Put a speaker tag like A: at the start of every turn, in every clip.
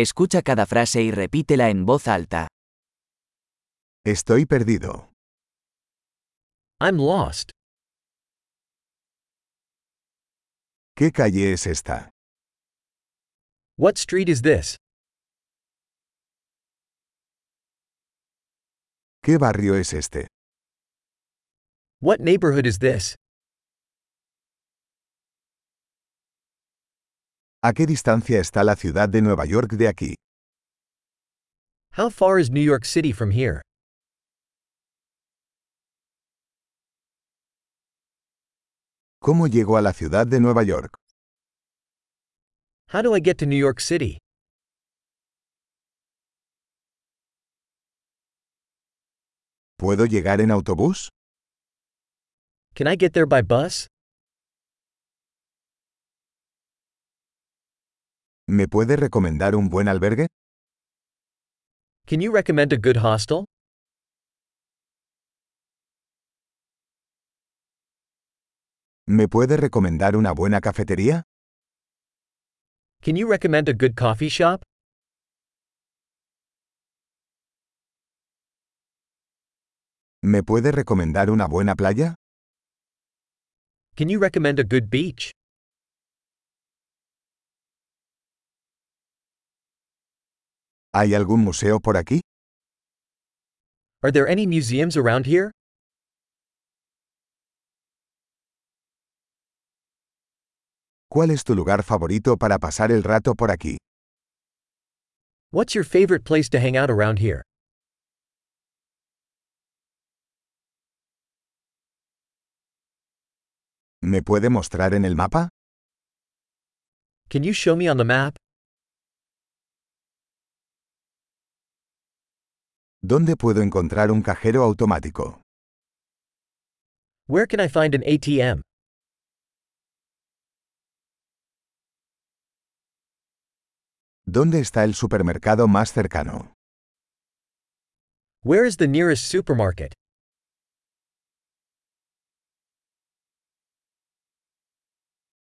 A: Escucha cada frase y repítela en voz alta.
B: Estoy perdido.
C: I'm lost.
B: ¿Qué calle es esta?
C: What street is this?
B: ¿Qué barrio es este?
C: What neighborhood is this?
B: ¿A qué distancia está la ciudad de Nueva York de aquí?
C: How far is New York City from here?
B: ¿Cómo llego a la ciudad de Nueva York?
C: How do I get to New York City?
B: ¿Puedo llegar en autobús?
C: Can I get there by bus?
B: ¿Me puede recomendar un buen albergue?
C: Can you recommend a good hostel?
B: ¿Me puede recomendar una buena cafetería?
C: Can you recommend a good coffee shop?
B: ¿Me puede recomendar una buena playa?
C: Can you recommend a good beach?
B: ¿Hay algún museo por aquí?
C: Are there any museums around here?
B: ¿Cuál es tu lugar favorito para pasar el rato por aquí?
C: What's your favorite place to hang out around here?
B: ¿Me puede mostrar en el mapa?
C: Can you show me on the map?
B: ¿Dónde puedo encontrar un cajero automático?
C: Where can I find an ATM?
B: ¿Dónde está el supermercado más cercano?
C: Where is the nearest supermarket?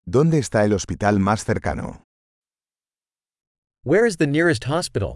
B: ¿Dónde está el hospital más cercano?
C: Where is the nearest hospital?